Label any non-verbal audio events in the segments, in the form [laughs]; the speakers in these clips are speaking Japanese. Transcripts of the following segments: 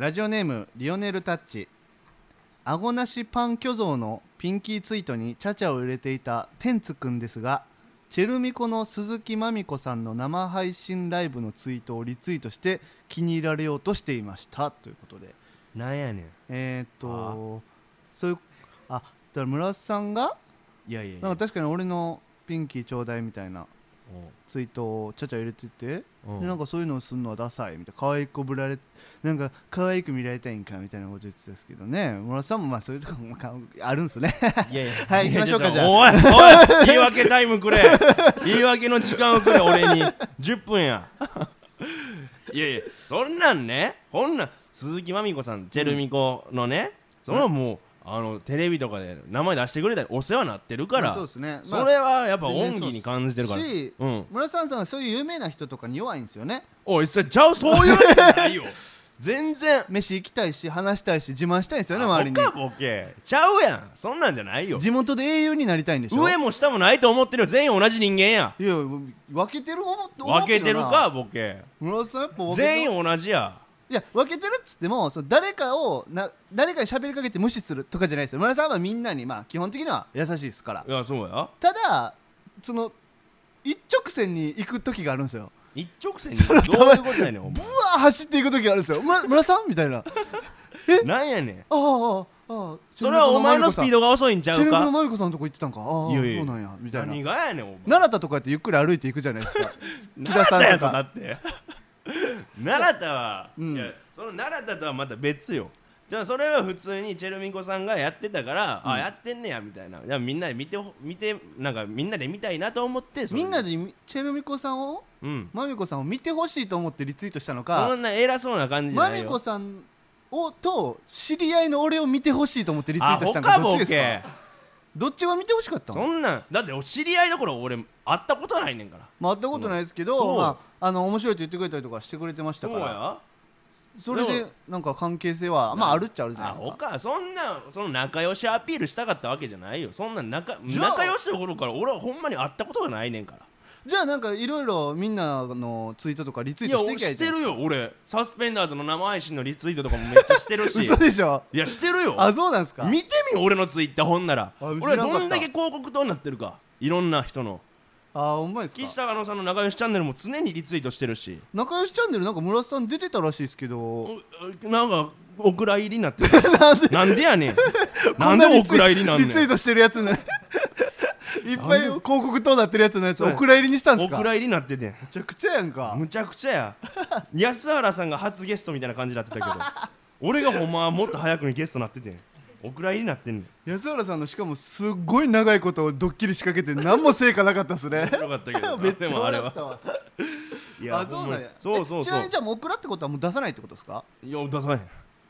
ラジオネームリオネルタッチ顎なしパン巨像のピンキーツイートにチャチャを入れていた天津くんですがチェルミコの鈴木まみこさんの生配信ライブのツイートをリツイートして気に入られようとしていましたということでなんやねんえー、っとそういうあだから村瀬さんがいやいやいやなんか確かに俺のピンキーちょうだいみたいなツイートをちゃちゃ入れてて、うんでなんかそういうのをするのはダサいみたいな可愛くぶられなんか可愛く見られたいんかみたいなこと言ってたんですけどね村瀬さんもまあそういうとこもかあるんですねいやいや [laughs] はい行きましょうかいやいやちょっとおいおい言い訳タイム [laughs] くれ言い訳の時間をくれ俺に10分やいやいやそんなんねこんなん鈴木まみこさんチェルミコのね、そのもうあのテレビとかで名前出してくれたりお世話になってるか [laughs] ら、そうですね、それはやっぱ恩義に感じてるから、全然うそん村瀬さんさんはそういう有名な人とかに弱いんですよねおいそれちゃうそういうんじ [laughs] ゃないよ全然飯行きたいし話したいし自慢したいんですよねあ周りにボカボケちゃうやんそんなんじゃないよ地元で英雄になりたいんでしょ上も下もないと思ってるよ全員同じ人間やいや分けてる思って思う分けてるどなかボケ村瀬さんやっぱ分けてる全員同じやいや分けてるっつってもそう誰かをな誰かに喋りかけて無視するとかじゃないですよ村さんはみんなに、まあ、基本的には優しいですからいやそうやただその一直線に行く時があるんですよ一直線にどういうことやねんおブワー前走っていく時があるんですよ村村さんみたいなあなんやねんあああああそれはお前のスピードドが遅いんちチゃェうルミコのかマミコさんのとこ行ってたんかああいやいやそうなんやみたいな何がやねんお前奈良田とかやってゆっくり歩いていくじゃないです [laughs] か木奈良田やとぞだかって [laughs] 奈良田は、うんいやその奈良田とはまた別よじゃあそれは普通にチェルミコさんがやってたから、あやってんねやみたいないやみんなで見てほ見てなんかみんなで見たいなと思ってそれみんなでチェルミコさんをうんマミコさんを見てほしいと思ってリツイートしたのかそんな偉そうな感じじゃマないミよコさんをと知り合いの俺を見てほしいと思ってリツイートしたんあかほどっボちですケかどっちが見てほしかったそのんなんだってお知り合いどころ俺会ったことないねんからまあ会ったことないですけそど、うまあ、あの面白いと言ってくれたりとかしてくれてましたそうからやそれででもなんか関係性はまああるっちゃあるじゃないあですほかかそんなその仲良しアピールしたかったわけじゃないよそんな仲じゃあ仲良しの頃から俺はほんまに会ったことがないねんからじゃあなんかいろいろみんなのツイートとかリツイいートやしていきゃいしいじてゃんるよ俺サスペンダーズの生配信のリツイートとかもめっちゃしてるし [laughs] 嘘でしょいやしてるよあそうなんですか見てみよ俺のツイッターほんならあ俺は知らんかったどんだけ広告塔になってるかいろんな人のあほんまです岸か高野さんの仲良しチャンネルも常にリツイートしてるし仲良しチャンネルなんか村瀬さん出てたらしいですけどおなんかお蔵入りになってる [laughs] なんでやねんなんでお蔵入りなんねんリツイートしてるや [laughs] つねいっぱい広告等なってるやつのやつそうおや蔵入りにしたんでおすか蔵入りになっててんめちゃくちゃやんかむちゃくち [laughs] ゃや安原さんが初ゲストみたいな感じになってたけど俺がほんまはもっと早くにゲストなっててんお蔵入りになって [laughs] んねん安原さんのしかもすっごい長いことをドッキリ仕掛けて何も成果なかったっすねよかったけどめっちでゃもあれ笑っはたわ [laughs] いあそうなんやほんまにそうそうえちそなみうにじゃあもうくらってことはもう出さないってことですかいや出さへんい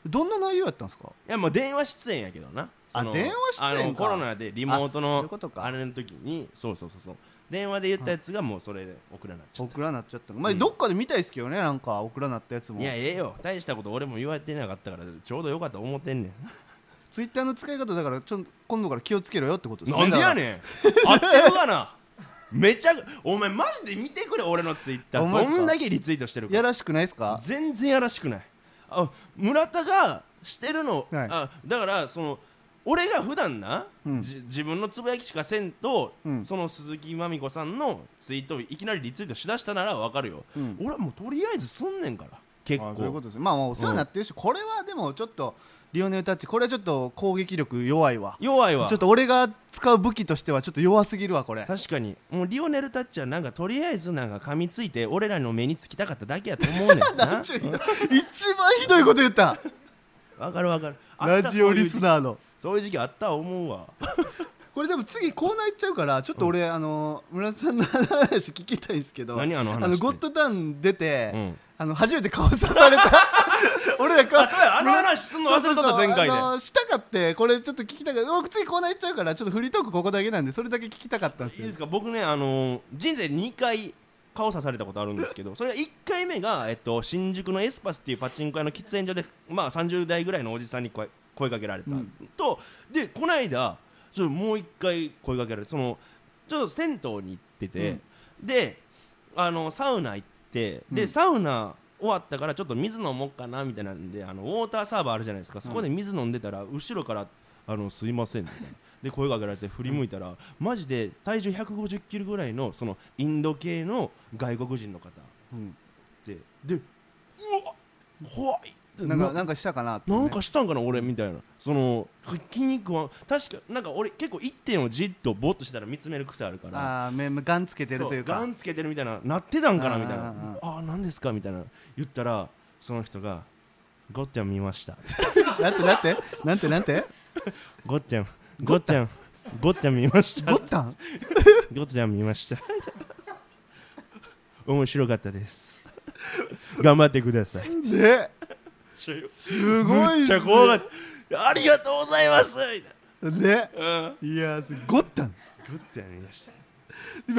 どんな内容やったんですかやまあ電話出演やけどなあその電話出演かあのコロナでリモートあそういのうことかあれの時にそうそうそうそう電話で言ったやつがもうそれでお蔵になっちゃオっクラなっちゃったのまあうんどっかで見たいですけどねなんかオクラなったやつたもいやええよ大したこと俺も言われてなかったからちょうどよかった思ってんねんツイッターの使い方だからちょっと今度から気をつけろよってこと [laughs] ですねなんでやんねん合ってるかなめちゃくお前マジで見てくれ俺のツイッタほんまでーすかどんだけリツイートしてるやからしくないですか全然やらしくないあ村田がしてるの、はいあだからその俺が普段な、うんじ自分のつぶやきしかせんと、うんその鈴木まみこさんのツイートをいきなりリツイートしだしたならわかるよ、うん俺はもうとりあえずすんねんから結構あそういうことですねまあまあお世話になってるしこれはでもちょっとリオネルタッチこれはちょっと攻撃力弱いわ弱いわちょっと俺が使う武器としてはちょっと弱すぎるわこれ確かにもうリオネルタッチはなんかとりあえずなんか噛みついて俺らの目につきたかっただけやと思うねん [laughs] ラなジオひどい一番ひどいこと言ったわかるわかるあったラジオリスナーのそういう時期そういう時期あった思う [laughs] わこれでも次コーナー行っちゃうからちょっと俺、あの村田さんの話聞きたいんですけど何あの話あっのてゴッドタウン出て、うんあの初めて顔刺され [laughs] た俺ら顔あそうやあの話すんの忘れとったそうそうそう前回であのしたかってこれちょっと聞きたかった僕次コーナー行っちゃうからちょっとフリートークここだけなんでそれだけ聞きたかったんでいすいよですか僕ねあのー人生2回顔刺されたことあるんですけどそれが1回目が、えっと、新宿のエスパスっていうパチンコ屋の喫煙所で、まあ、30代ぐらいのおじさんに声声かけられた、うんとでこの間ちょっともう1回声かけられてそのちょっと銭湯に行ってて、であのサウナ行ってで、うんサウナ終わったからちょっと水飲もうかなみたいなんであのウォーターサーバーあるじゃないですかそこで水飲んでたら後ろから「あのすいません」みたいな。で声がかけられて振り向いたらマジで体重150キロぐらいのそのインド系の外国人の方うんってでうわ怖いってなんかななんかしたかなってねなんかしたんかな俺みたいなその筋肉は確かなんか俺結構一点をじっとぼーっとしたら見つめる癖あるからああめめガンつけてるというかそガンつけてるみたいななってたんかなみたいあなーあーああ何ですかみたいな言ったらその人が「ごっちゃん見ました [laughs] なんてなんてなんてなん [laughs] てごっちゃんごっちゃんごっちゃん見ましたゴッタンごっちゃん見ました [laughs] 面白かったです頑張ってくださいねすごいめっちゃ怖かったありがとうございますみたいねなうんいやーすゴッタンごっちゃん見ました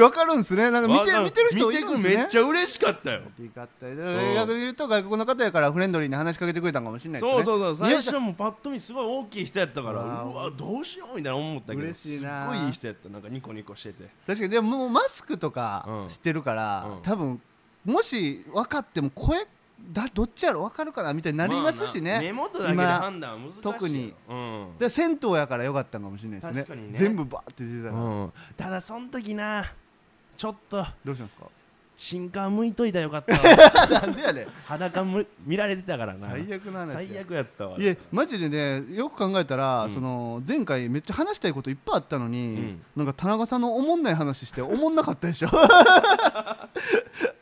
わかるんすねなんか見わかてる見てる人いるんすね見てくめっちゃ嬉しかったよありがたいだから逆に言うと外国の方やからフレンドリーに話しかけてくれたんかもしれないですねそうそうそうい最や初もパッと見すごい大きい人やったからうわーうわどうしようみたいな思ったけど嬉しいなすっごいいい人やったなんかニコニコしてて確かにでももうマスクとかうんしてるから、うん多分もし分かっても声だどっちやろ分かるかなみたいになりますしね,、あな目元だけで今判断は難しいよ特にうんで銭湯やからよかったんかもしれないですね確かにね全部バーって出てたから、うんただその時なちょっとどうしますか [laughs] 新刊向いといたらよかったわなんでやねん裸む見られてたからな最悪な話最悪やったわいやマジでねよく考えたら、うんその前回めっちゃ話したいこといっぱいあったのに、うんなんか田中さんのおもんない話しておもんなかった [laughs] でしょ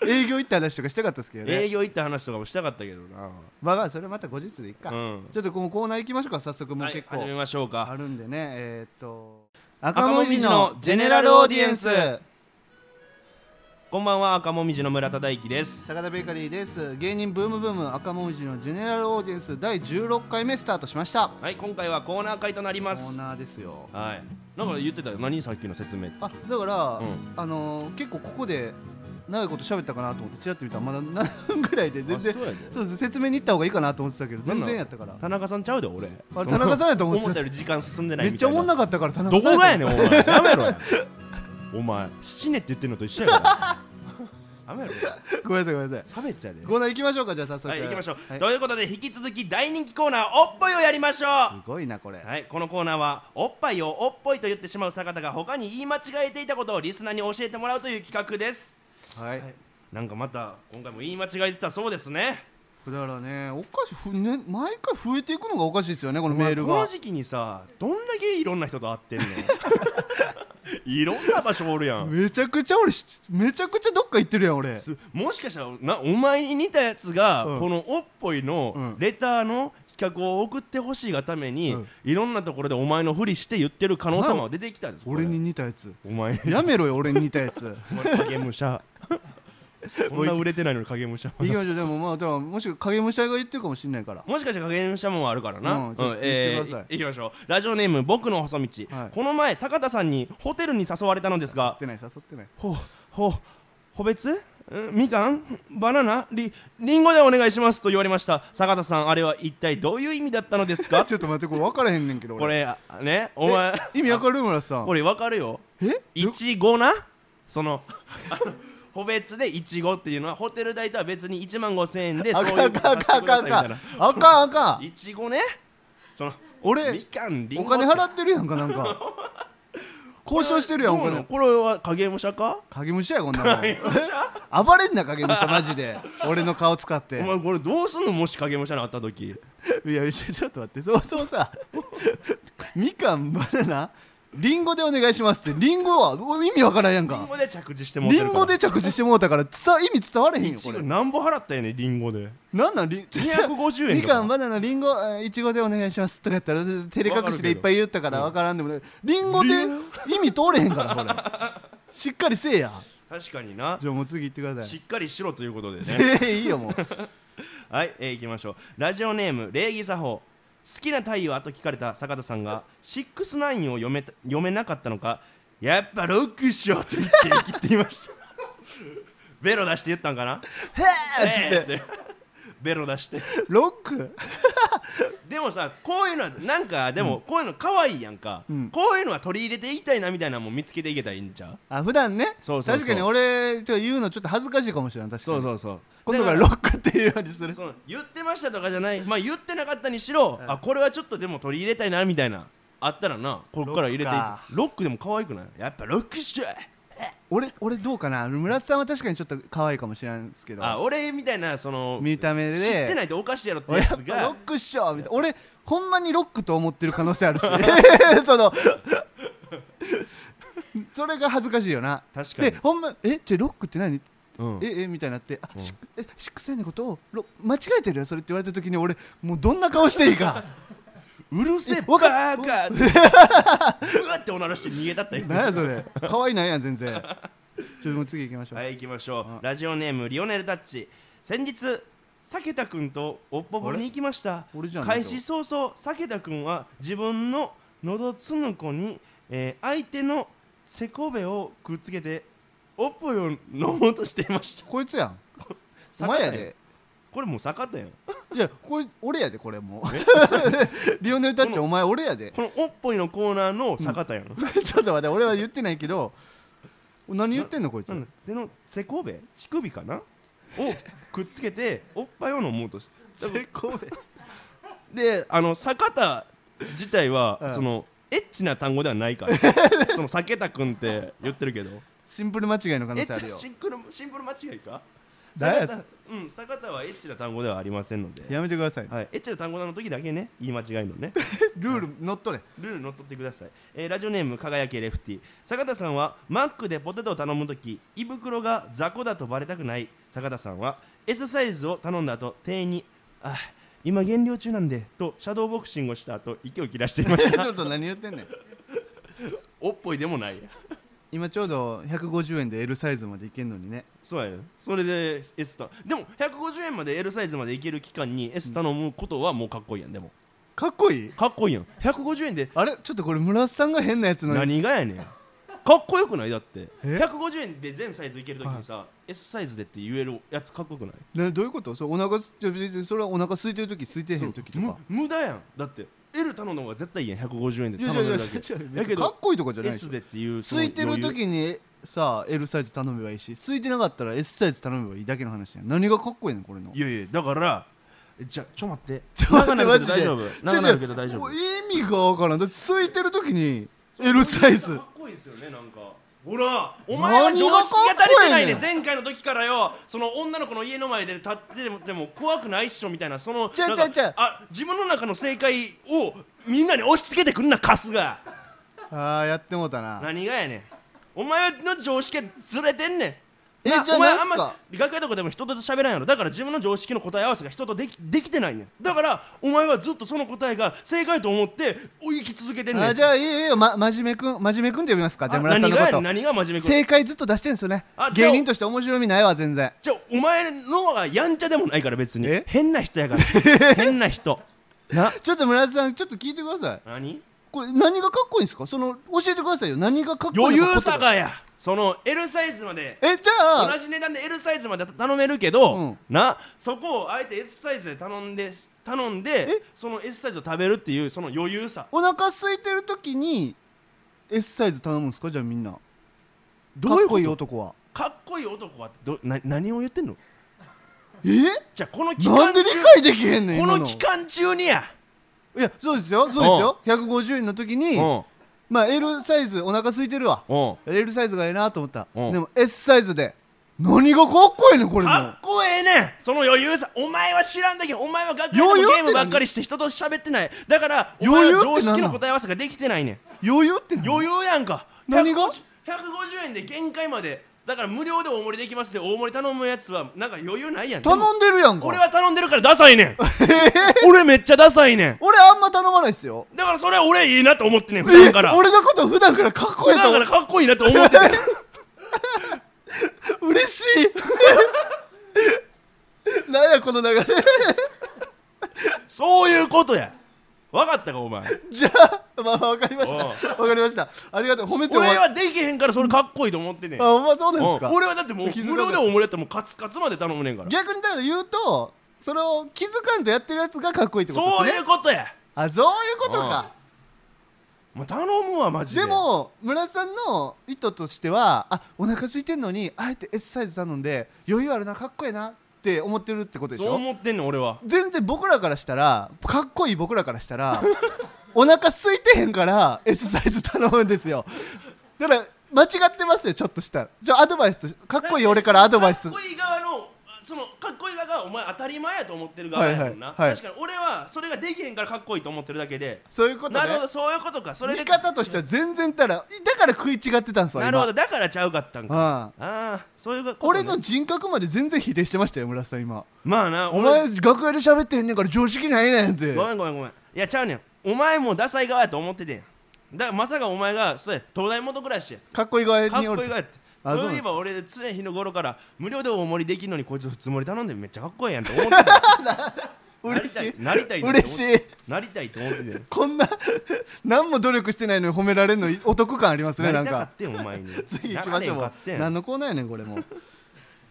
営業行った話とかしたかったですけどね、営業行った話とかもしたかったけどなまあまあそれまた後日でいっか、うんちょっとこのコーナー行きましょうか早速もうはい結構、始めましょうあかるんでねえーっと赤もみじのジェネラルオーディエンスこんばんは赤もみじの村田大樹です坂田ベーカリーです芸人ブームブーム赤もみじのジェネラルオーディエンス第16回目スタートしましたコはい今回はコーナー会となりまーすナーですよはいなんか言ってたよ何さっきの説明ってあだから、うんあのー結構ここで長いこと喋ったかなと思ってちらっと見たらまだ7分ぐらいで全然あそうやでそうです説明に行った方がいいかなと思ってたけどなん全なん然やったから田中さんちゃうで俺あ田中さんやと思っ思てったたより時間進んでなめいっみちたゃいおなもんなかったから田中どさんこがやねとん思おって前やめろやお前死ねって言ってんのと一緒やからやめろやごめんなさいごめんなさい差別やでコーナー行きましょうかじゃあ早速はい行きましょう、はいということで引き続き大人気コーナーおっぽいをやりましょうすごいなこれ、はい、このコーナーはおっぱいをおっぽいと言ってしまう坂田が他に言い間違えていたことをリスナーに教えてもらうという企画です、はいはい、なんかまた今回も言い間違えてたそうですねだからねおかしいふ、ね、毎回増えていくのがおかしいですよねこのメールお前こがの時期にさどんだけいろんな人と会ってんの [laughs] いろんな場所おるやんめちゃくちゃ俺しめちゃくちゃどっか行ってるやん俺すもしかしたらなお前に似たやつが、うんこのおっぽいのうんレターの企画を送ってほしいがために、うんいろんなところでお前のふりして言ってる可能性も出てきたんですこれ俺に似たやつお前やめろよ俺に似たやつお前影武者 [laughs] こんな売れてないのに影武者行きましょうでもまあだからもしか影武者が言ってるかもしんないからもしかしたら加減したもんはあるからな。うんちょっとえ言ってくださーいきましょう。ラジオネーム僕の細道、はいこの前坂田さんにホテルに誘われたのです誘っが、てない誘ってないほほほべつ？んみかんバナナりりんごでお願いしますと言われました坂田さんあれは一体どういう意味だったのです [laughs] かちょっと待ってこれ分からへんねんけどこ俺れあねお前意味分かる村さんこれわかるよえいちごなその [laughs] あの個別でいちごっていうのはホテル代とは別に1万5000円でそあういうかんあかんさあせてかくんだあさいみかんたいなあかんあかんいちごねそのみ俺かんりんおご金払ってるやんかなんか交渉してるやんおどうなの金これは影武者か影武者やこんなの暴れんな影武者マジで俺の顔使っおて前これどうすんのもし影武者に会った時いやちょちょっと待ってそうそうさみかんバナナリンゴでお願いしますってリンゴは俺意味わからんやんリンかゴで着地してもらっリてるンかゴらで着地してもうたから伝わ意味伝われへんよいこちごれなんぼ払ったよねリンゴでなんなん [laughs] リン250円みとかんかバナナリンゴえーいちごでお願いしますとかやったら照れ隠しでいっぱい言ったからわからんでもないリンゴでリン意味通れへんからこれ [laughs] しっかりせえや確かになじゃあもう次行ってくださしいっかりしろということでねええいいよもう [laughs] はい、えー、いきましょうラジオネーム礼儀作法好きな太陽はと聞かれた坂田さんが「シックスナインを読めた読めなかったのか「やっぱロックっしょ」と言って言い切っていました [laughs] ベロ出して言ったんかなへえっつってベロ出してロックでもさこういうのはなんかでもこういうの可愛いやんか、うんこういうのは取り入れていきたいなみたいなのも見つけていけたらいいんちゃうあ普段ねそうそうそう確かに俺ちょっと言うのちょっと恥ずかしいかもしれない確かにそうそうそう今度からロだックっていうようにすらるその言ってましたとかじゃないまあ言ってなかったにしろ、うんあこれはちょっとでも取り入れたいなみたいなあったらなこっから入れていってロックかロックでも可愛くないやっぱロックっしょ俺俺どうかな村田さんは確かにちょっと可愛いかもしれないんですけどあ俺みたいなその見た目で知ってないとおかしいやろって俺ややつっぱロがックっしょみたいな俺ほんまにロックと思ってる可能性 [laughs] あるしそのそれが恥ずかしいよな確かにでほんまえじゃロックって何うんええみたいになってあうんシックえシックセイのことをロ間違えてるよそれって言われた時に俺もうどんな顔していい [laughs] かうるせええバわカかーカーうわっておならして逃げたったよ何やそれ可愛いないやん全然ちょっともう次行きましょう、はい行きましょうんうラジオネームリオネルタッチ先日酒田君とおっぽぼりに行きました俺じゃない開始早々酒田君は自分の喉つぬこに、えー相手の背こべをくっつけておっぽいを飲もうとしていましたこいつやんお前や酒田よでこれもう酒田やんいやこれ俺やでこれもう [laughs] リオネルタッチお前俺やでこのおっぽいのコーナーの酒田やん、 [laughs] ちょっと待って俺は言ってないけど何言ってんのこいつなんだでの背こべ乳首かなをくっつけておっぱいを飲もうとして絶好でであの坂田自体は、 [laughs] うんそのエッチな単語ではな [laughs] いからその酒田君って言ってるけどシンプル間違いの可エ能性あッるチよシンクロシンプル間違いかだ坂や田うん坂田はエッチな単語ではありませんので、やめてくださいはい、エッチな単語の時だけね言い間違いのねルール乗っとれルールにのっとってください、えーラジオネーム輝けレフティ坂田さんはマックでポテトを頼む時胃袋が雑魚だとバレたくない坂田さんは S サイズを頼んだ後店員に「あ今減量中なんで」とシャドーボクシングをした後息を切らしていましたちょっと何言ってんねん [laughs] おっぽいでもない今ちょうど150円で L サイズまでいけんのにねそうやねそれで S 頼でも150円まで L サイズまでいける期間に S 頼むことはもうかっこいいやんでもかっこいいかっこいいやん150円であれちょっとこれ村田さんが変なやつのに何がやねんかっこよくないだってえ150円で全サイズいけるときにさ、S サイズでって言えるやつかっこよくないなどういうことそうお腹すいや別にそれはお腹空いてる時空いてへん時とかむ無駄やんだって L 頼んだ方が絶対いいやん150円でいや頼いやめいや違るだうけ違うだ別けにかっどこいいとかじゃないでし S ょでっていうその空いてる余裕時にさ L サイズ頼めばいいし空いてなかったら S サイズ頼めばいいだけの話やん何がかっこいいのこれのいやいやだからじゃちょ待ってちょ待って長なるけどマジ大で丈夫違長うなるけど大丈も夫う意味がわからんだって空いてる時に L サイズかっこいいですよねなんかほらお前は常識が足りてないね何がかっこいい前回の時からよその女の子の家の前で立っててもでも怖くないっしょみたいなそのちゃうなんかちゃうちゃうあ自分の中の正解をみんなに押し付けてくんな春 [laughs] 日ああやってもうたな何がやねんお前の常識がずれてんねんえなじゃあお前何すかあんま楽屋とかでも人と喋らんやろだから自分の常識の答え合わせが人とできできてないねんだからお前はずっとその答えが正解と思ってお生き続けてんねんあじゃあいいよいいよ、ま、真面目くん真面目くんって呼びますかじゃあ村あ田さん何のがやねこん何が真面目とくん正解ずっと出してんすよねあじゃあ芸人として面白みないわ全然じゃあお前のはやんちゃでもないから別にえ変な人やから [laughs] 変な人なちょっと村田さんちょっと聞いてください何これ何がかっこいいんですかその教えてくださいよ何がかっこいいの余か裕さがやその L サイズまでえじゃ同あじ値段で L サイズまで頼めるけど、うんなそこをあえて S サイズで頼んで頼んでその S サイズを食べるっていうその余裕さお腹空いてる時に S サイズ頼むんですかじゃあみんなどういうかっここといい男はかっこいい男はってどな何を言ってんのえじゃあこの期な間んで中理解できへんねんこ今の期間中にや、いやそうですよそうですよ150円の時にうんまあ L サイズお腹空いてるわうん L サイズがええなと思ったうんでも S サイズで何がかっこいいねんこれもかっこええねんその余裕さお前は知らんだけどお前は学校で余裕っもゲてームばっかりして人と喋ってないだからお前余裕はって何常なん識の答え合わせができてないねん余裕って何余裕やんか何が150 150円で限界までだから無料で大盛りできますって大盛り頼むやつはなんか余裕ないやんでも頼んでるやんか俺は頼んでるからダサいねん俺めっちゃダサいねん俺あんま頼まないっすよだからそれは俺いいなと思ってねん普段からえ俺のこと普段からかっこいだいとか思らかっこいいなと思っててう嬉しい [laughs] なんやこの流れそういうことや分かったかお前じゃあまあまあわかりましおたわかりましたありがとう褒めても俺らはできへんからそれかっこいいと思ってねんあほんまそうなんですかうん俺はだってもう気づか無なか料っでたオムレットもカツカツまで頼むねんから逆にだから言うとそれを気づかんとやってるやつがかっこいいってことですそうねいうことやあそういうことかもう頼むわマジででも村瀬さんの意図としてはあお腹空いてんのにあえて S サイズ頼んで余裕あるなかっこいいなって思ってるってことでしそうょ思ってんねん俺は全然僕らからしたらかっこいい僕らからしたら [laughs] お腹空いてへんから S サイズ頼むんですよだから間違ってますよちょっとしたらじゃあアドバイスとかっこいい俺からアドバイスかっこいい側のあそのかっこいい側がお前当たり前やと思ってる側やもんな、はいはいはい確かに俺はそれができへんからかっこいいと思ってるだけでそういうことねなるほどそういうことかそれで見方としては全然たらだから食い違ってたんですわなるほ今どだからちゃうかったんかああああそういうこと、ね、俺の人格まで全然否定してましたよ村瀬さん今まあなお俺前楽屋で喋ってんねんから常識ないねんってごめんごめんごめんいやちゃうねんお前もダサい側やと思っててんやだからまさかお前がそうや東大元暮らしやかっこいい側かっにこおいいる側やってあそういえば俺常日の頃から無料で大盛りできんのにこいつ普通盛り頼んでめっちゃかっこええやんって思ってた [laughs] 嬉しいなりたいなりたいな嬉しいなりたいと思っててんこんな [laughs] 何も努力してないのに褒められるのお得感ありますねななりんたかかってんお前に次行きましょうならねんかもってうん何のコーナーやねんこれもう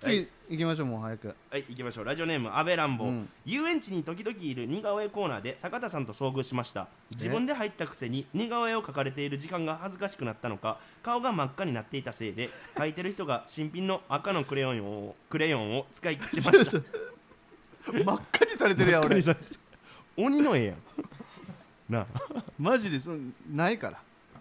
次行きましょうもう早くはい行きましょうラジオネーム阿部乱暴、うん遊園地に時々いる似顔絵コーナーで坂田さんと遭遇しました自分で入ったくせに似顔絵を描かれている時間が恥ずかしくなったのか顔が真っ赤になっていたせいで [laughs] 描いてる人が新品の赤のクレヨンをクレヨンを使い切ってま [laughs] した真っ赤にされてるやん [laughs] 俺鬼の絵やんなあマジでそんないから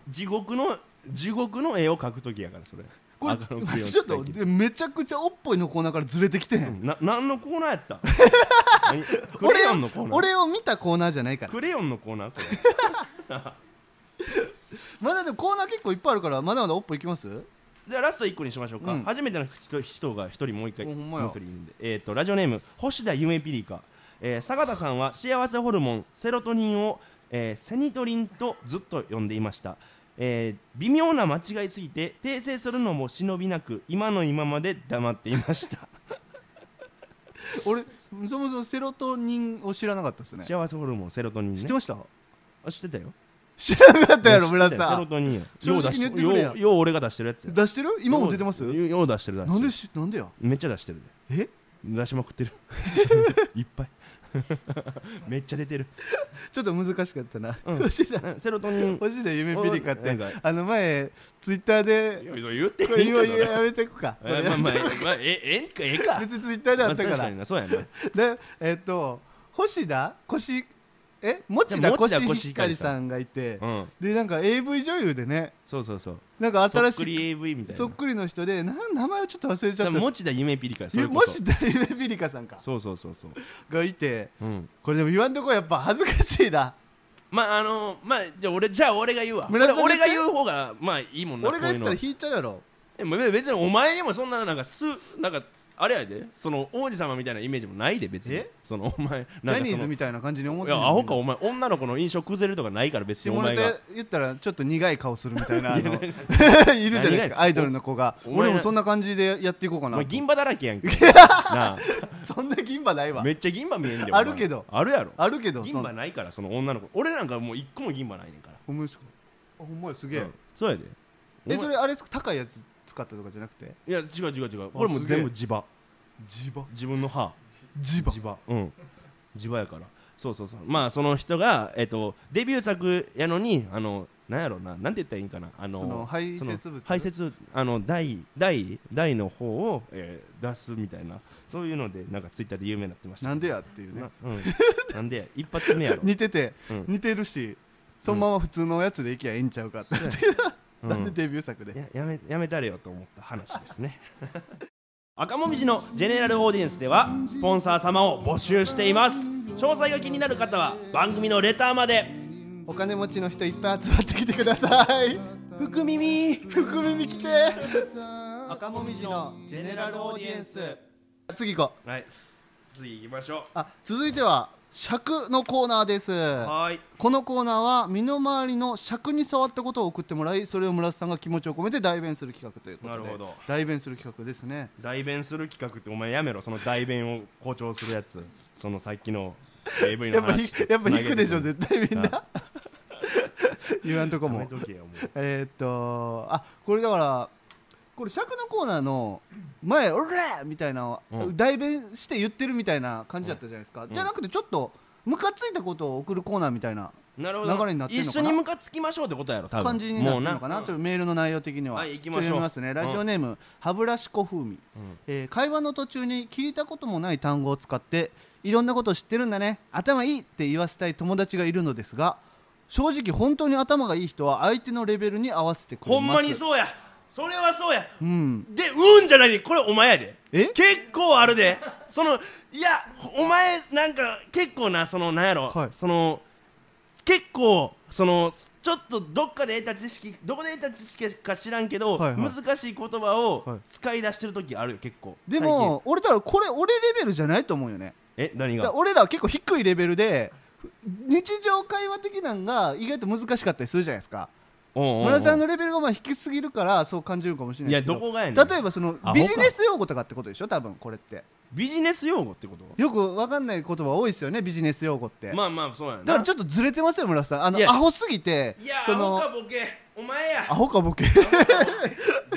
地獄の地獄の絵を描く時やからそれこれ赤のクレヨンち使ょいっ切とめちゃくちゃおっぽいのコーナーからずれてきてへんな何のコーナーやった [laughs] 何クレ俺ヨをンのコーナー俺を見たコーナーじゃないからクレヨンのコーナーこれまだでもコーナー結構いっぱいあるからまだまだおっぽいきますじゃあラスト1個にしましょうか、うん初めての人人が1人もう1回おもほうんまや1人いるんで、えー、とラジオネーム星田夢ピリカ、えー、坂田さんは幸せホルモンセロトニンを、えーセニトリンとずっと呼んでいました、えー微妙な間違いすぎて訂正するのも忍びなく今の今まで黙っていま [laughs] した俺そもそもセロトニンを知らなかったですね幸せホルモンセロトニンね知ってましたあ知ってたよ知らなかったやろいや村知って瀬たさよセロんトニンよ正直に言ってくれやようよう俺が出してるやつや出してる今も出てますようよう出してる出してなるんでしなんでやめっちゃ出してるでえ出しまくってるいっぱいめっちゃ出てる、ちょっと難しかったなうん [laughs] 星田うんセロトニン星田夢ピリカっおいてなんかあの前ツイッターいでや言ってこいれいん今かそれやめてくかこえれまあまあえまあえええんかええか [laughs] 別にツイッターであったまかあ確からになそうやなでえっと星田腰え持じゃ田あ持腰田コシひヒかカりリささんんがいてうんでなんか AV 女優でねそうそうそうなんか新そっくしいり AV みたいそっくりの人でなん名前をちょっと忘れちゃなった持ちだ夢ピリカやそれこそもし大夢ピリカさんかそうそうそうそうがいてうんこれでも言わんとこやっぱ恥ずかしいなまああのまあじゃあ俺じゃあ俺が言うわ村俺田さん俺が言う方がまあいいもんな俺が言ったこうらいうの引いちゃうやろえまあ別にお前にもそんななんかすなんかあれやでその王子様みたいなイメージもないで別にえそのお前ジなんかャニーそズのみたいな感じに思っいてやるアホかお前女の子の印象崩れるとかないから別にお下前ネがタ言ったらちょっと苦い顔するみたいなあのいるじゃないです何がかアイドルの子がおお前俺もそんな感じでやっていこうかおな前銀歯だらけやんけな [laughs] そんな銀歯ないあわめっちゃ銀歯見えんであるけどあるやろあるけど銀歯いないからその女の子俺なんかもう一個も銀歯ないねんからほんまですかあほんまやすげうえんそうやでおえ前それあれですか高いやつ使ったとかじゃなくていや違う違う違うこれもうすげえ全部自歯地場自分の歯地場自歯うん自歯やからそうそうそうまあその人がえっとデビュー作やのにあのなんやろななんて言ったらいいんかなあのその排泄物その排泄あの台台台の方を、えー出すみたいなそういうのでなんかツイッターで有名になってましたなんでやっていうねな,、うん、なんでや一発目や [laughs] ろ、似てて、うん似てるしそのまま普通のやつでいきゃええんちゃうかって、[laughs] うなんでん、デビュー作で、ややめやめたれよと思った話ですね [laughs] 赤もみじのジェネラルオーディエンスではスポンサー様を募集しています詳細が気になる方は番組のレターまでお金持ちの人いっぱい集まってきてくださ [laughs] い福耳福耳来て [laughs] 赤もみじのジェネラルオーディエンス次行こうはい次行きましょあ続いては尺のコーナーですうはーいこのコーナーは身の回りの尺に触ったことを送ってもらいそれを村瀬さんが気持ちを込めて代弁する企画ということでなるほど代弁する企画ですね代弁する企画ってお前やめろその代弁を誇張するやつそのさっきの AV やのっぱ話ひやっぱ引くでしょ絶絶対みんな [laughs] 言わんとこ対やもめとけよもうえーっとあこれだからこれ尺のコーナーの前「おら!」みたいなのをうん代弁して言ってるみたいな感じだったじゃないですか、んじゃなくてちょっとムカついたことを送るコーナーみたいななるほど流れになってんのかな一緒にムカつきましょうってことやろ多分感じになってるのかなもうちょっとメールの内容的には、はい行きましょうちょっと読みますねラジオネーム、歯ブラシ小風味、えー会話の途中に聞いたこともない単語を使っていろんなこと知ってるんだね頭いいって言わせたい友達がいるのですが正直本当に頭がいい人は相手のレベルに合わせてくれほますんまにそうやそれはそうやうんでうんじゃないでこれお前やでえ結構あるでそのいやお前なんか結構なそのなんやろ、はいその結構そのちょっとどっかで得た知識どこで得た知識か知らんけど、はいはい難しい言葉はをい使い出してる時あるよ結構でも俺だからこれ俺レベルじゃないと思うよね最近え何だからが俺らは結構低いレベルでふ日常会話的なんが意外と難しかったりするじゃないですかおうおうおう村さんのレベルがまあ低すぎるからそう感じるかもしれないですけどいやどこがやねん例えばそのアホかビジネス用語とかってことでしょ多分これってビジネス用語ってことよくわかんない言葉多いですよねビジネス用語って、まあまあそうやなだからちょっとずれてますよ村さんあのいやアホすぎていやアそのホかボケお前やアホかボケ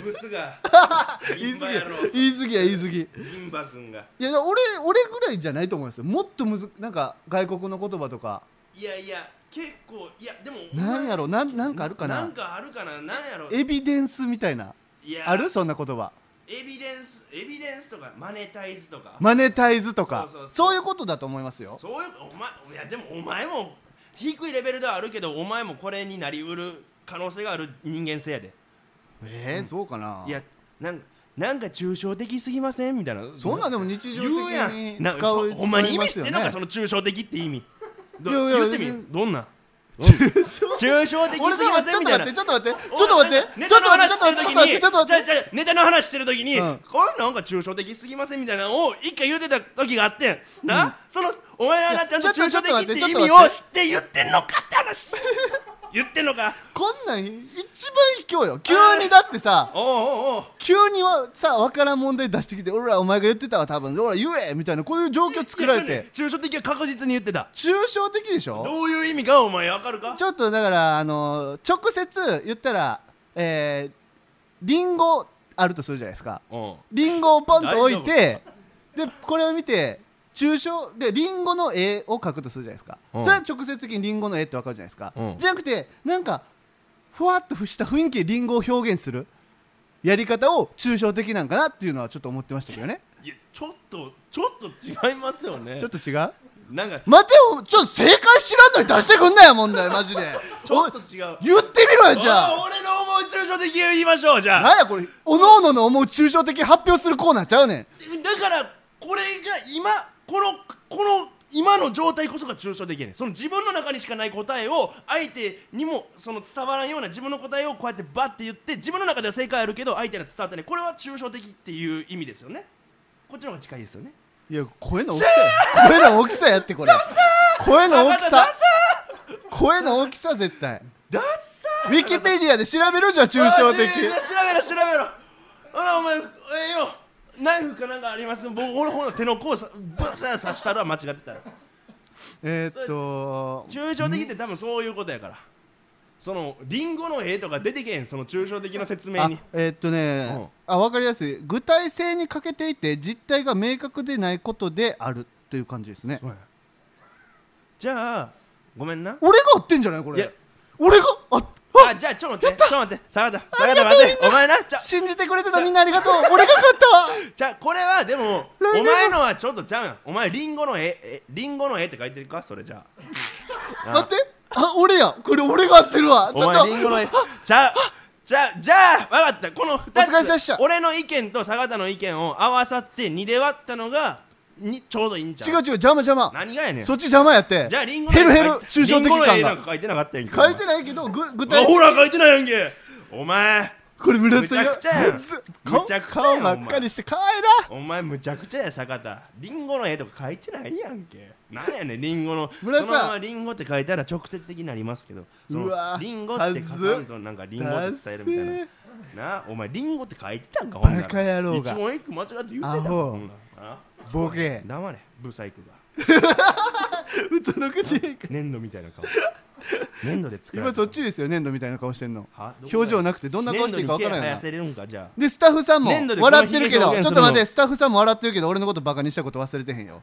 ブスが [laughs] 言い銀過ぎ馬ややろ言い過ぎや言い過ぎ銀馬くんがいや俺俺ぐらいじゃないと思うんですよもっとむずなんか外国の言葉とかいやいや結構いやでもお前なんやろなんなんかあるかななんかあるかななんやろエビデンスみたいないやあるそんな言葉エビデンスエビデンスとかマネタイズとか、マネタイズとかそうそうそうそういうことだと思いますよそういうお前いやでもお前も低いレベルではあるけどお前もこれになりうる可能性がある人間性やでえー、そうかないやなんかなんか抽象的すぎませんみたいなそんなでも日常的言うやんにな使うそほんまに意味知使っいますよねてんのかその抽象的って意味どいやいや言って別みにどんな象抽象的す [laughs] ぎ俺まさせちんょっとみた待っいなてちょっと待って [laughs] ちょっと待ってネちょっタのと待って話してる時にちょっと待ってちょっと待ってちょっと待ってじゃあじゃあネタの話してる時に、うんこんなんが抽象的すぎませんみたいなのを一回言うてた時があってんな、そのお前はなちゃんとちょ抽っと象的ってちょっ意と待って味を知って言ってんのかって話言ってんのかこんなん一番卑怯よ急にだってさおうおうおう急にはさわからん問題出してきて俺らお前が言ってたわ多分俺ら言えみたいなこういう状況作られいやてちょっとね抽象的は確実に言ってた抽象的でしょどういう意味かお前わかるかちょっとだから、あのー直接言ったら、えー、リンゴあるとするじゃないですか。うんリンゴをポンと置いて、で、これを見て、抽象で、リンゴの絵を描くとするじゃないですか。うんそれは直接的にリンゴの絵ってわかるじゃないですか。うんじゃなくて、なんか、ふわっとした雰囲気でリンゴを表現するやり方を抽象的なんかなっていうのはちょっと思ってましたけどね。いやちょっとちょっと違いますよねちょっと違うなんか待てよ、ちょっと正解知らんのに出してくんなよ、問題、マジで。 [laughs] ちょっと違う言ってみろよ、じゃあ。おい俺の思う抽象的を言いましょうじゃあ [laughs] なんやこれおのおのの思う抽象的発表するコーナーちゃうねんだからこれが今このこの今の状態こそが抽象的やねんその自分の中にしかない答えを相手にもその伝わらんような自分の答えをこうやってバッて言って自分の中では正解あるけど相手には伝わってないこれは抽象的っていう意味ですよねこっちの方が近いですよねいや声の大きさや声の大きさやってこれ声の大きダさ声の大きさ絶対ダッサーウィキペディアで調べるじゃん抽象的あいやいや調べろ調べろほらお前ええよナイフかなんかあります僕俺ほら手の甲さブサー刺したら間違ってたらえーっと抽象的って多分そういうことやからそのリンゴの絵とか出てけんその抽象的な説明あにえーっとうんねあ分かりやすい具体性に欠けていて実態が明確でないことであるという感じですねそうやじゃあごめんな俺が合ってんじゃないこいやれ俺があっあじゃあちょっと待ってちょっと待って坂田坂田待ってお前なじゃ信じてくれてたみんなありがとう俺が勝ったわじゃあこれはでも来年お前のはちょっとちゃうやんお前リンゴの絵えリンゴの絵って書いてるかそれじゃあなあ待ってあ俺やこれ俺が合ってるわちおょっと前リンゴの絵じゃあじゃあじゃあ分かったこのお疲れ様2でしたつ俺の意見と坂田の意見を合わさって2で割ったのがにちょうどいいんじゃ違う違んう邪魔邪魔何がやねんそっち邪魔やってじゃあリンゴの絵ヘルヘル書いて抽象リンゴ的の絵感なんがか書いてなかったやんけ書いてないけどぐ具お前体あほら書いてないやんけお前これ村瀬がむちゃくちゃやんむず [laughs] 顔むちゃくちゃや顔んおば前っかりして帰らお前むちゃくちゃや坂田リンゴの絵とか書いてないやんけなんやねんリンゴの村さんそのままリンゴって書いたら直接的になりますけどそのうわリンゴって書かんとなんかリンゴって伝えるみたいなダッなあお前リンゴって書いてたんかほんならバカ野郎が一言一句間違って言ってたアんホほんならなボケ黙れブサイクが [laughs] うつの口粘土みたいな顔粘土で作られ今たそっちですよ粘土みたいな顔してんのはどこだよ表情なくてどんな顔していいか分から粘ん土に毛生やよなせれるんかじゃあでスタッフさんも粘土でこの笑ってるけどひげ表ちょ現すっるとの待ってスタッフさんも笑ってるけど俺のことバカにしたこと忘れてへんよ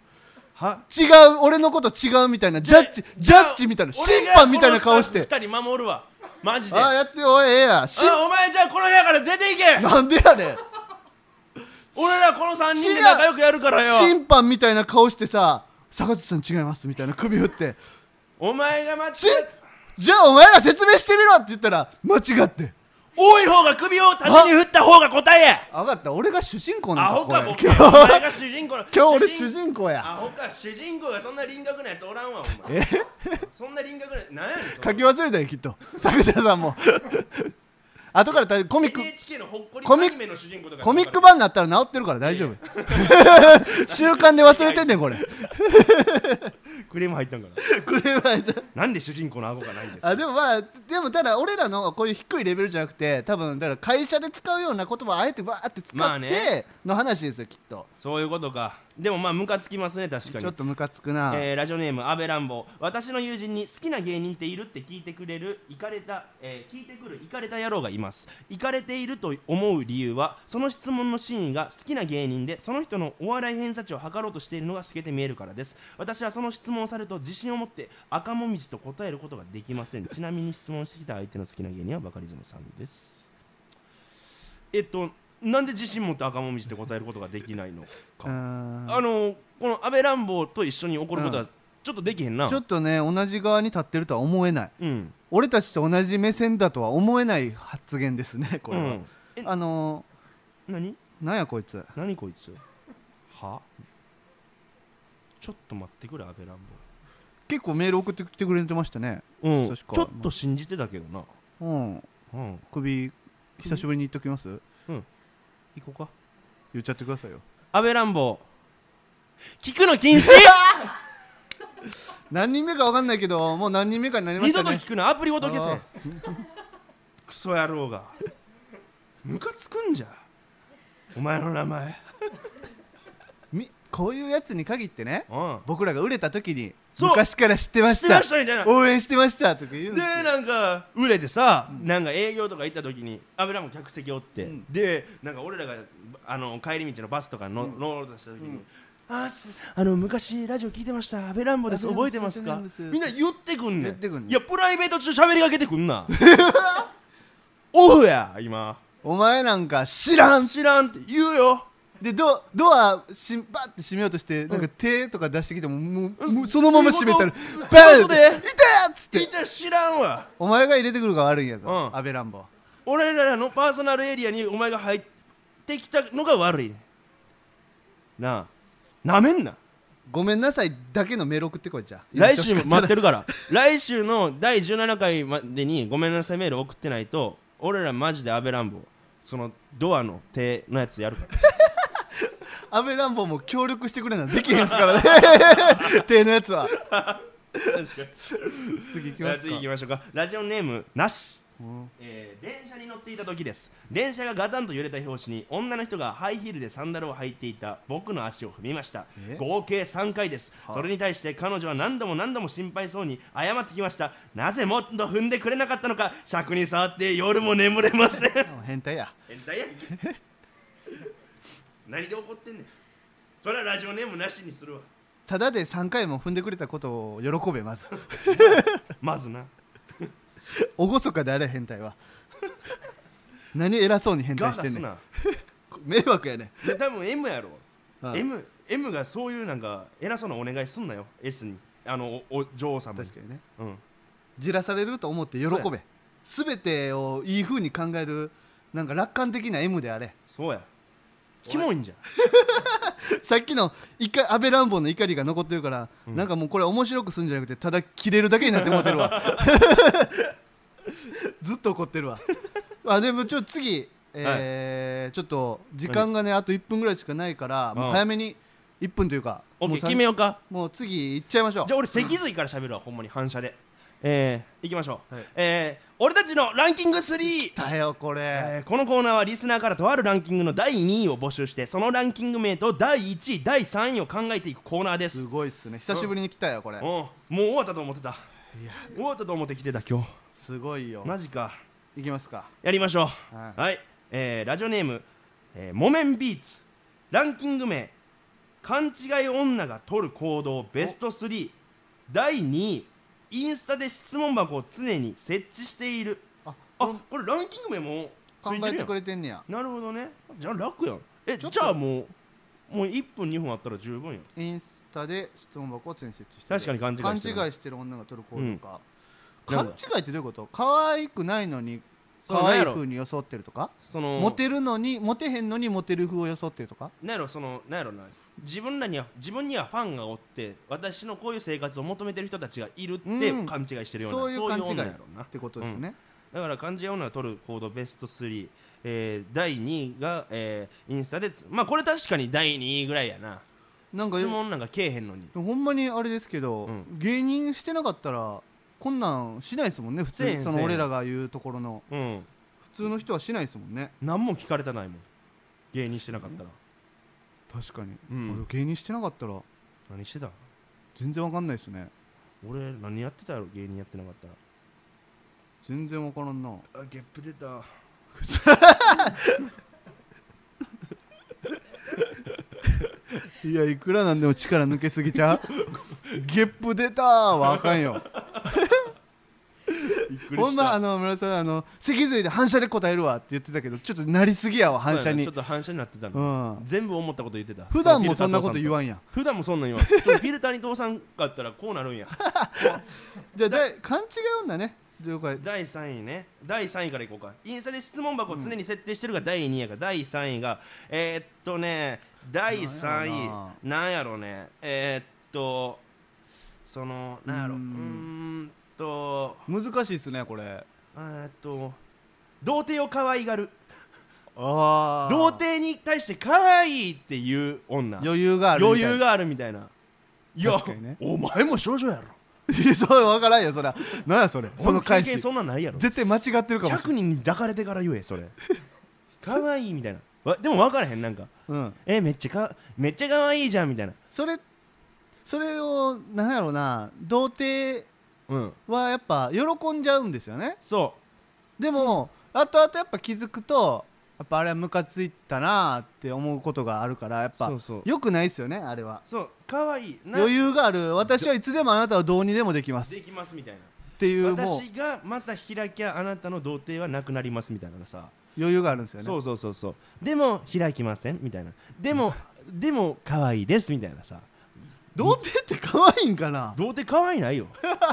は違う俺のこと違うみたいなジャッジジャッジみたいな審判みたいな顔して2人守るわマジでああやっておいええやしあお前じゃあこの部屋から出ていけなんでやねん俺らこの3人で仲良くやるからよ審判みたいな顔してさ坂口さん違いますみたいな首振ってお前が間違ちじゃあお前ら説明してみろって言ったら間違って多い方が首を縦に振った方が答えやあ分かった俺が主人公アなんだホかこれボケお今前日が主人公の今日俺主人公やアホか主人公がそんな輪郭なやつおらんわおえ前そんな輪郭ななんやねんそんな書き忘れたよきっと作者さんも後から大コミック NHK のほっこりコミッアニメの主人公とかコミック版になったら治ってるから大丈夫 [laughs] 習慣で忘れてんねんこれ [laughs] クレーム入ったんかなこれはなんで主人公のアゴがないんですかあでもまあでもただ俺らのこういう低いレベルじゃなくて多分だから会社で使うような言葉をあえてバーって使まっあてねの話ですよきっとそういうことかでもまあムカつきますね確かちょっにとムカつくな、えーラジオネーム阿部乱暴私の友人に好きな芸人っているって聞いてくれるイカれた、えー聞いてくるイカれた野郎がいますイカれていると思う理由はその質問の真意が好きな芸人でその人のお笑い偏差値を測ろうとしているのが透けて見えるからです私はその質問をされると自信を持って赤もみじと答えることができませんちなみに質問してきた相手の好きな芸人はバカリズムさんですえっとなんで自信持って赤もみじって答えることができないのかうーんあのこの安倍乱暴と一緒に怒ることはちょっとできへんな。ちょっとね同じ側に立ってるとは思えないうん。俺たちと同じ目線だとは思えない発言ですねこうれは、ん。え、あの何？ー、なんやこいつ何こいつ？は？ちょっと待ってくれ安倍乱結構メール送ってきてくれてましたね暴。うん。ち確かょっと信じてたけどな。うんうん。首久しぶりに言っときます、行こうか。言っちゃってくださいよ安倍乱暴。聞くの禁 [laughs] 止。何人目か分かんないけどもう何人目かになりま二した度ねと聞くな。アプリごと消あせ。 [laughs] クソ野郎が。ムカつくんじゃ。お前の名前。みこういうやつに限ってねうん。僕らが売れた時にそう昔から知ってまし知ってたましたみたいな。応援してましたとか言うんでですよなんか売れてさ、なんか営業とか行った時に油も客席おって、うんでなんか俺らがあの帰り道のバスとかの、乗ろうとした時に。あーすあの昔ラジオ聞いてました、アベランボです、アベランボ覚えですてまアベすラかンボですみんな言ってくんね言ってくんん。ねんいや、プライベート中喋りかけてく [laughs] んな。オフや、今。お前なんか知らん知らんって言うよ。でドドアしバッて閉めようとして、なんか手とか出してきてももううんもうそのまま閉めたらうんバーンそうって「で痛い!」っつっいてた知らんわ。お前が入れてくるが悪いんやぞ、うん安倍乱暴俺らのパーソナルエリアにお前が入ってきたのが悪い。なあ、なめんな。ごめんなさいだけのメール送ってこいじゃあ来週も待ってるるから [laughs] 来週の第17回までにごめんなさいメール送ってないと俺らマジで安倍乱暴そのドアの手のやつやるから [laughs] 安倍乱暴も協力してくれなできへんすから [laughs] ね手のやつは次行きますか次行きましょうかラジオネームなしうんえー電車に乗っていた時です電車がガタンと揺れた拍子に女の人がハイヒールでサンダルを履いていた僕の足を踏みましたえ合計3回ですはそれに対して彼女は何度も何度も心配そうに謝ってきましたなぜもっと踏んでくれなかったのか尺に触って夜も眠れません変態や変態やんけ何で怒ってんねんそれはラジオネームなしにするわただで3回も踏んでくれたことを喜べまずまずな厳かであれ変態は何偉そうに変ガ態しーて出んすねんな迷惑やねで多分 M やろん、うん M, M がそういうなんか偉そうなお願いすんなよ S にあのおお女王様に確かにねうんじらされると思って喜そうべ全てをいい風に考えるなんか楽観的な M であれそうやキモいんじゃんさっきの怒安倍乱暴の怒りが残ってるから、なんかもうこれ面白くするんじゃなくてただ切れるだけになって思ってる [laughs] わずっと怒ってるわあでもちょっと次、えーちょっと時間がねあと1分ぐらいしかないから、もう早めに1分というかオッもうケーさん決めようかもう次行っちゃいましょうじゃあ俺脊髄から喋るわほんまに反射でえー、いきましょう、はいえー、俺たちのランキング3だよこれ、えーこのコーナーはリスナーからとあるランキングの第2位を募集してそのランキング名と第1位第3位を考えていくコーナーですすごいっすね久しぶりに来たよこれ、うんもう終わったと思ってたいや終わったと思って来てた今日すごいよマジかいきますかやりましょうははい、えーラジオネーム、えー、モメンビーツランキング名勘違い女が取る行動ベスト3第2位インスタで質問箱を常に設置しているああこれランキング名もつ考いてえるてやんくれてんねやなるほどねじゃあ楽やんえちょっとじゃあもうもう1分2分あったら十分やんインスタで質問箱を常に設置して確かに勘違いしてる勘違いしてる女が撮る行動か、うん勘違いってどういうこと可愛くないのにそう可愛ないんやろ風に装ってるとかそのモテるのにモテへんのにモテる風を装ってるとかなんやろそのなんやろな自分らには自分にはファンがおって私のこういう生活を求めてる人たちがいるってうん勘違いしてるような、そういう勘違い女やっろなてことですね、だから漢字や女が取る行動ベスト3、えー、第2位が、えー、インスタでつまあこれ確かに第2位ぐらいやななんか質問なんかけえへんのにほんまにあれですけど、うん芸人してなかったらこんなんしないですもんね普通せえへにんそせのえへん俺らが言うところのうん普通の人はしないですもんね何も聞かれたないもん芸人してなかったら確かに、うん俺芸人してなかったら何してた全然わかんないですね俺何やってたやろ芸人やってなかった全然わからんならあゲップ出たいやいくらなんでも力抜けすぎちゃう [laughs] ゲップ出たーはあかんよほんまあの村田さんあの脊髄で反射で答えるわって言ってたけどちょっとなりすぎやわ反射にちょっと反射になってたうの、ん全部思ったこと言ってた普段もそんなこと言わわんやん普段もそんなん言わんちょっとフィルターに通さんかったらこうなるんや [laughs] じゃあだい勘違い女ね了解第3位ね第3位からいこうかインスタで質問箱を常に設定してるが第2位やが第3位がえー、っとね第3なんやろな位なんやろねえー、っとそのなんやろううーーんんと難しいっすねこれえー、っと童貞を可愛がるああ童貞に対して可愛いっていう女余裕があるみた余い裕があるみたいないや確かにねお前も少女やろいや [laughs] それ分からんよそれなんやそれその経返験しそんなんないやろ絶対間違ってるかもし100れ人に抱かれてから言え [laughs] それ可愛いみたいなわでも分からへんなんかない、うん、えめっちゃかめっちゃ可愛いじゃんみたいなそれそれをなんやろうな童貞うんはやっぱ喜んじゃうんですよねそでも後々やっぱ気づくとやっぱあれはムカついたなーって思うことがあるからやっぱそうそうよくないですよねあれはうそう可愛いな余裕がある私はいつでもあなたをどうにでもできますでっきますみたいなていうもう私がまた開きゃあなたの童貞はなくなりますみたいなさ余裕があるんですよねそうそうそうそうでも開きませんみたいなでもでも可愛いですみたいなさ童貞って可愛いんかな童貞可愛 [laughs] いないよ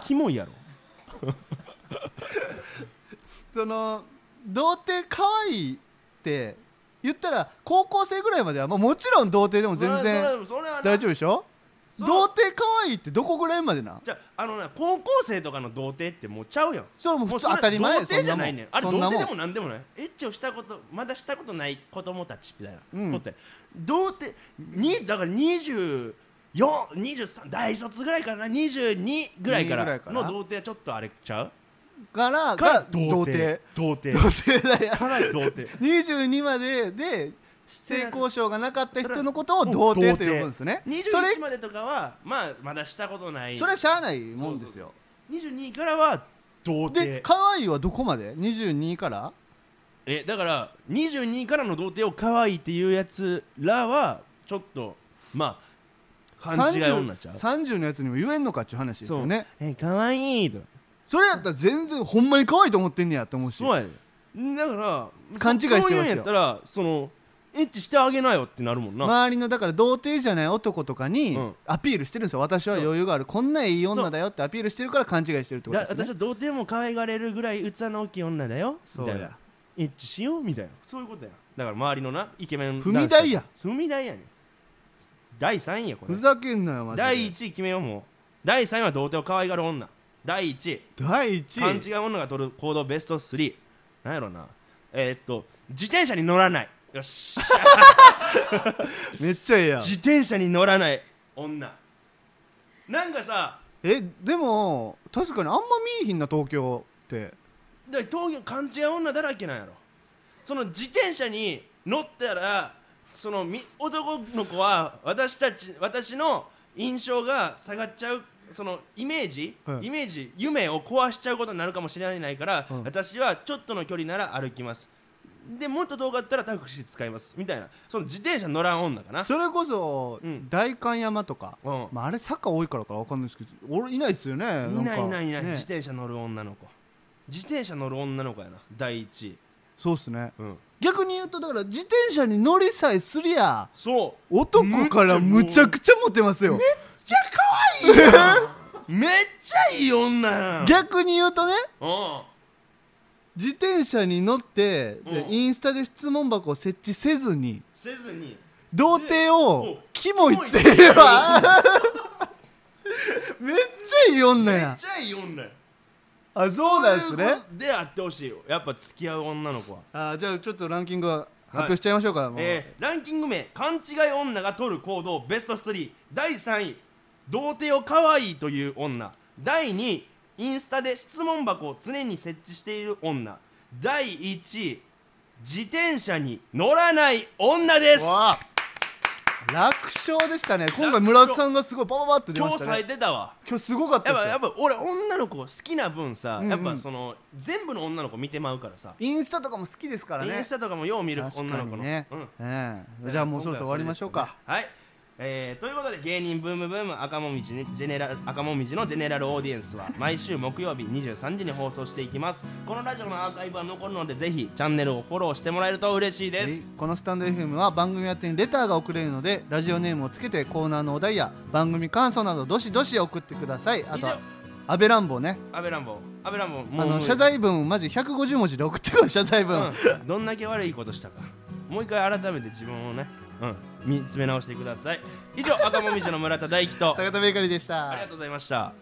キモいやろその童貞可愛いって言ったら高校生ぐらいまでは、まあ、もちろん童貞でも全然それはそれはな大丈夫でしょそれ童貞可愛いってどこぐらいまでなんじゃああのな高校生とかの童貞ってもうちゃうやんそれはもうも普う通それ当たり前童貞じゃないねんあれそ童んなもん貞そんなもでもんなんでもないエッチをしたことまだしたことない子供たちみたいなうんことや、童貞にだから2423大卒ぐらいからな22ぐらいかぐらいらからの童貞はちょっとあれちゃうからからが童童貞貞童童貞貞だよから童 [laughs] 貞22まででて性交渉がなかった人のことを童貞と呼ぶんですねそれ21までとかはまあまだしたことないそれはしゃあないもんですよ22からは童貞で可愛いはどこまで ?22 からえだから22からの童貞を可愛いっていうやつらはちょっとまあ勘違い女ちゃう 30, 30のやつにも言えんのかっていう話ですよねそうえ可愛いとかそれやったら全然ほんまに可愛いと思ってんねやって思うしそうやでだから勘違いしてますよそういうんやったらそのエッチしてあげなよってなるもんな、周りのだから童貞じゃない男とかにうんアピールしてるんですよ私は余裕があるこんないい女だよってアピールしてるから勘違いしてるってことだですね私は童貞も可愛がれるぐらい器の大きい女だよそみうたやいなエッチしようみたいなそういうことやだから周りのなイケメン踏み台や男子踏み台やねん第3位やこれふざけんなよマジで第1位決めようもう第3位は童貞を可愛がる女第1位第一勘違い女が取る行動ベスト3なんやろなえーっと自転車に乗らないよしめっちゃええやん [laughs] 自転車に乗らない女なんかさえでも確かにあんま見えひんな東京ってだ東京勘違い女だらけなんやろその自転車に乗ったらそのみ男の子は私たち私の印象が下がっちゃうそのイメージ、うんイメージ夢を壊しちゃうことになるかもしれないから、うん私はちょっとの距離なら歩きますでもっと遠かったらタクシー使いますみたいなその自転車乗らん女かなそれこそ、うん代官山とか、うんまあ、あれ坂多いからかわかんないですけど俺いないですよねいないいないいない、んか自ね転車乗る女の子自転車乗る女の子やな第一位、そうっすねうん、逆に言うとだから自転車に乗りさえすりゃそう男からむちゃくちゃモテますよめっちゃ可愛いやんめっちゃいい女やん逆に言うとねうん自転車に乗って、でうんインスタで質問箱を設置せずにせずに童貞をでキモいって言えばめっちゃいい女めっやちゃいい女やんあそうなんですそういねう子であってほしいよやっぱ付き合う女の子はあじゃあちょっとランキングは発表しちゃいましょうか、もうえーランキング名勘違い女が取る行動ベスト3第3位童貞を可愛いという女第2位インスタで質問箱を常に設置している女第1位自転車に乗らない女ですわあ楽勝でしたね今回楽勝村田さんがすごいバババッと出今ま日した冴えねてたわ今日すごかったやっでぱすやっよぱ俺女の子好きな分さ、うんうんやっぱその全部の女の子見てまうからさ、インスタとかも好きですからねインスタとかもよう見る確女かの子にの、ね、うんええじゃあもうそろそろ終わりましょうか、はい、えーということで芸人ブームブーム赤もみじねジェネラル赤もみじのジェネラルオーディエンスは毎週木曜日23時に放送していきますこのラジオのアーカイブは残るのでぜひチャンネルをフォローしてもらえると嬉しいではいすこのスタンド FM は番組宛てにレターが送れるのでラジオネームをつけてコーナーのお題や番組感想などどしどし送ってくださいあ以と上安倍乱暴ね安倍ランボー安倍ランボーもあうのもう謝罪文マジ150文字で送ってくる謝罪文、うん、どんだけ悪いことしたかもう一回改めて自分をね、うん、見つめ直してください以上赤もみじの村田大樹と [laughs] 坂田ベーカリーでしたありがとうございました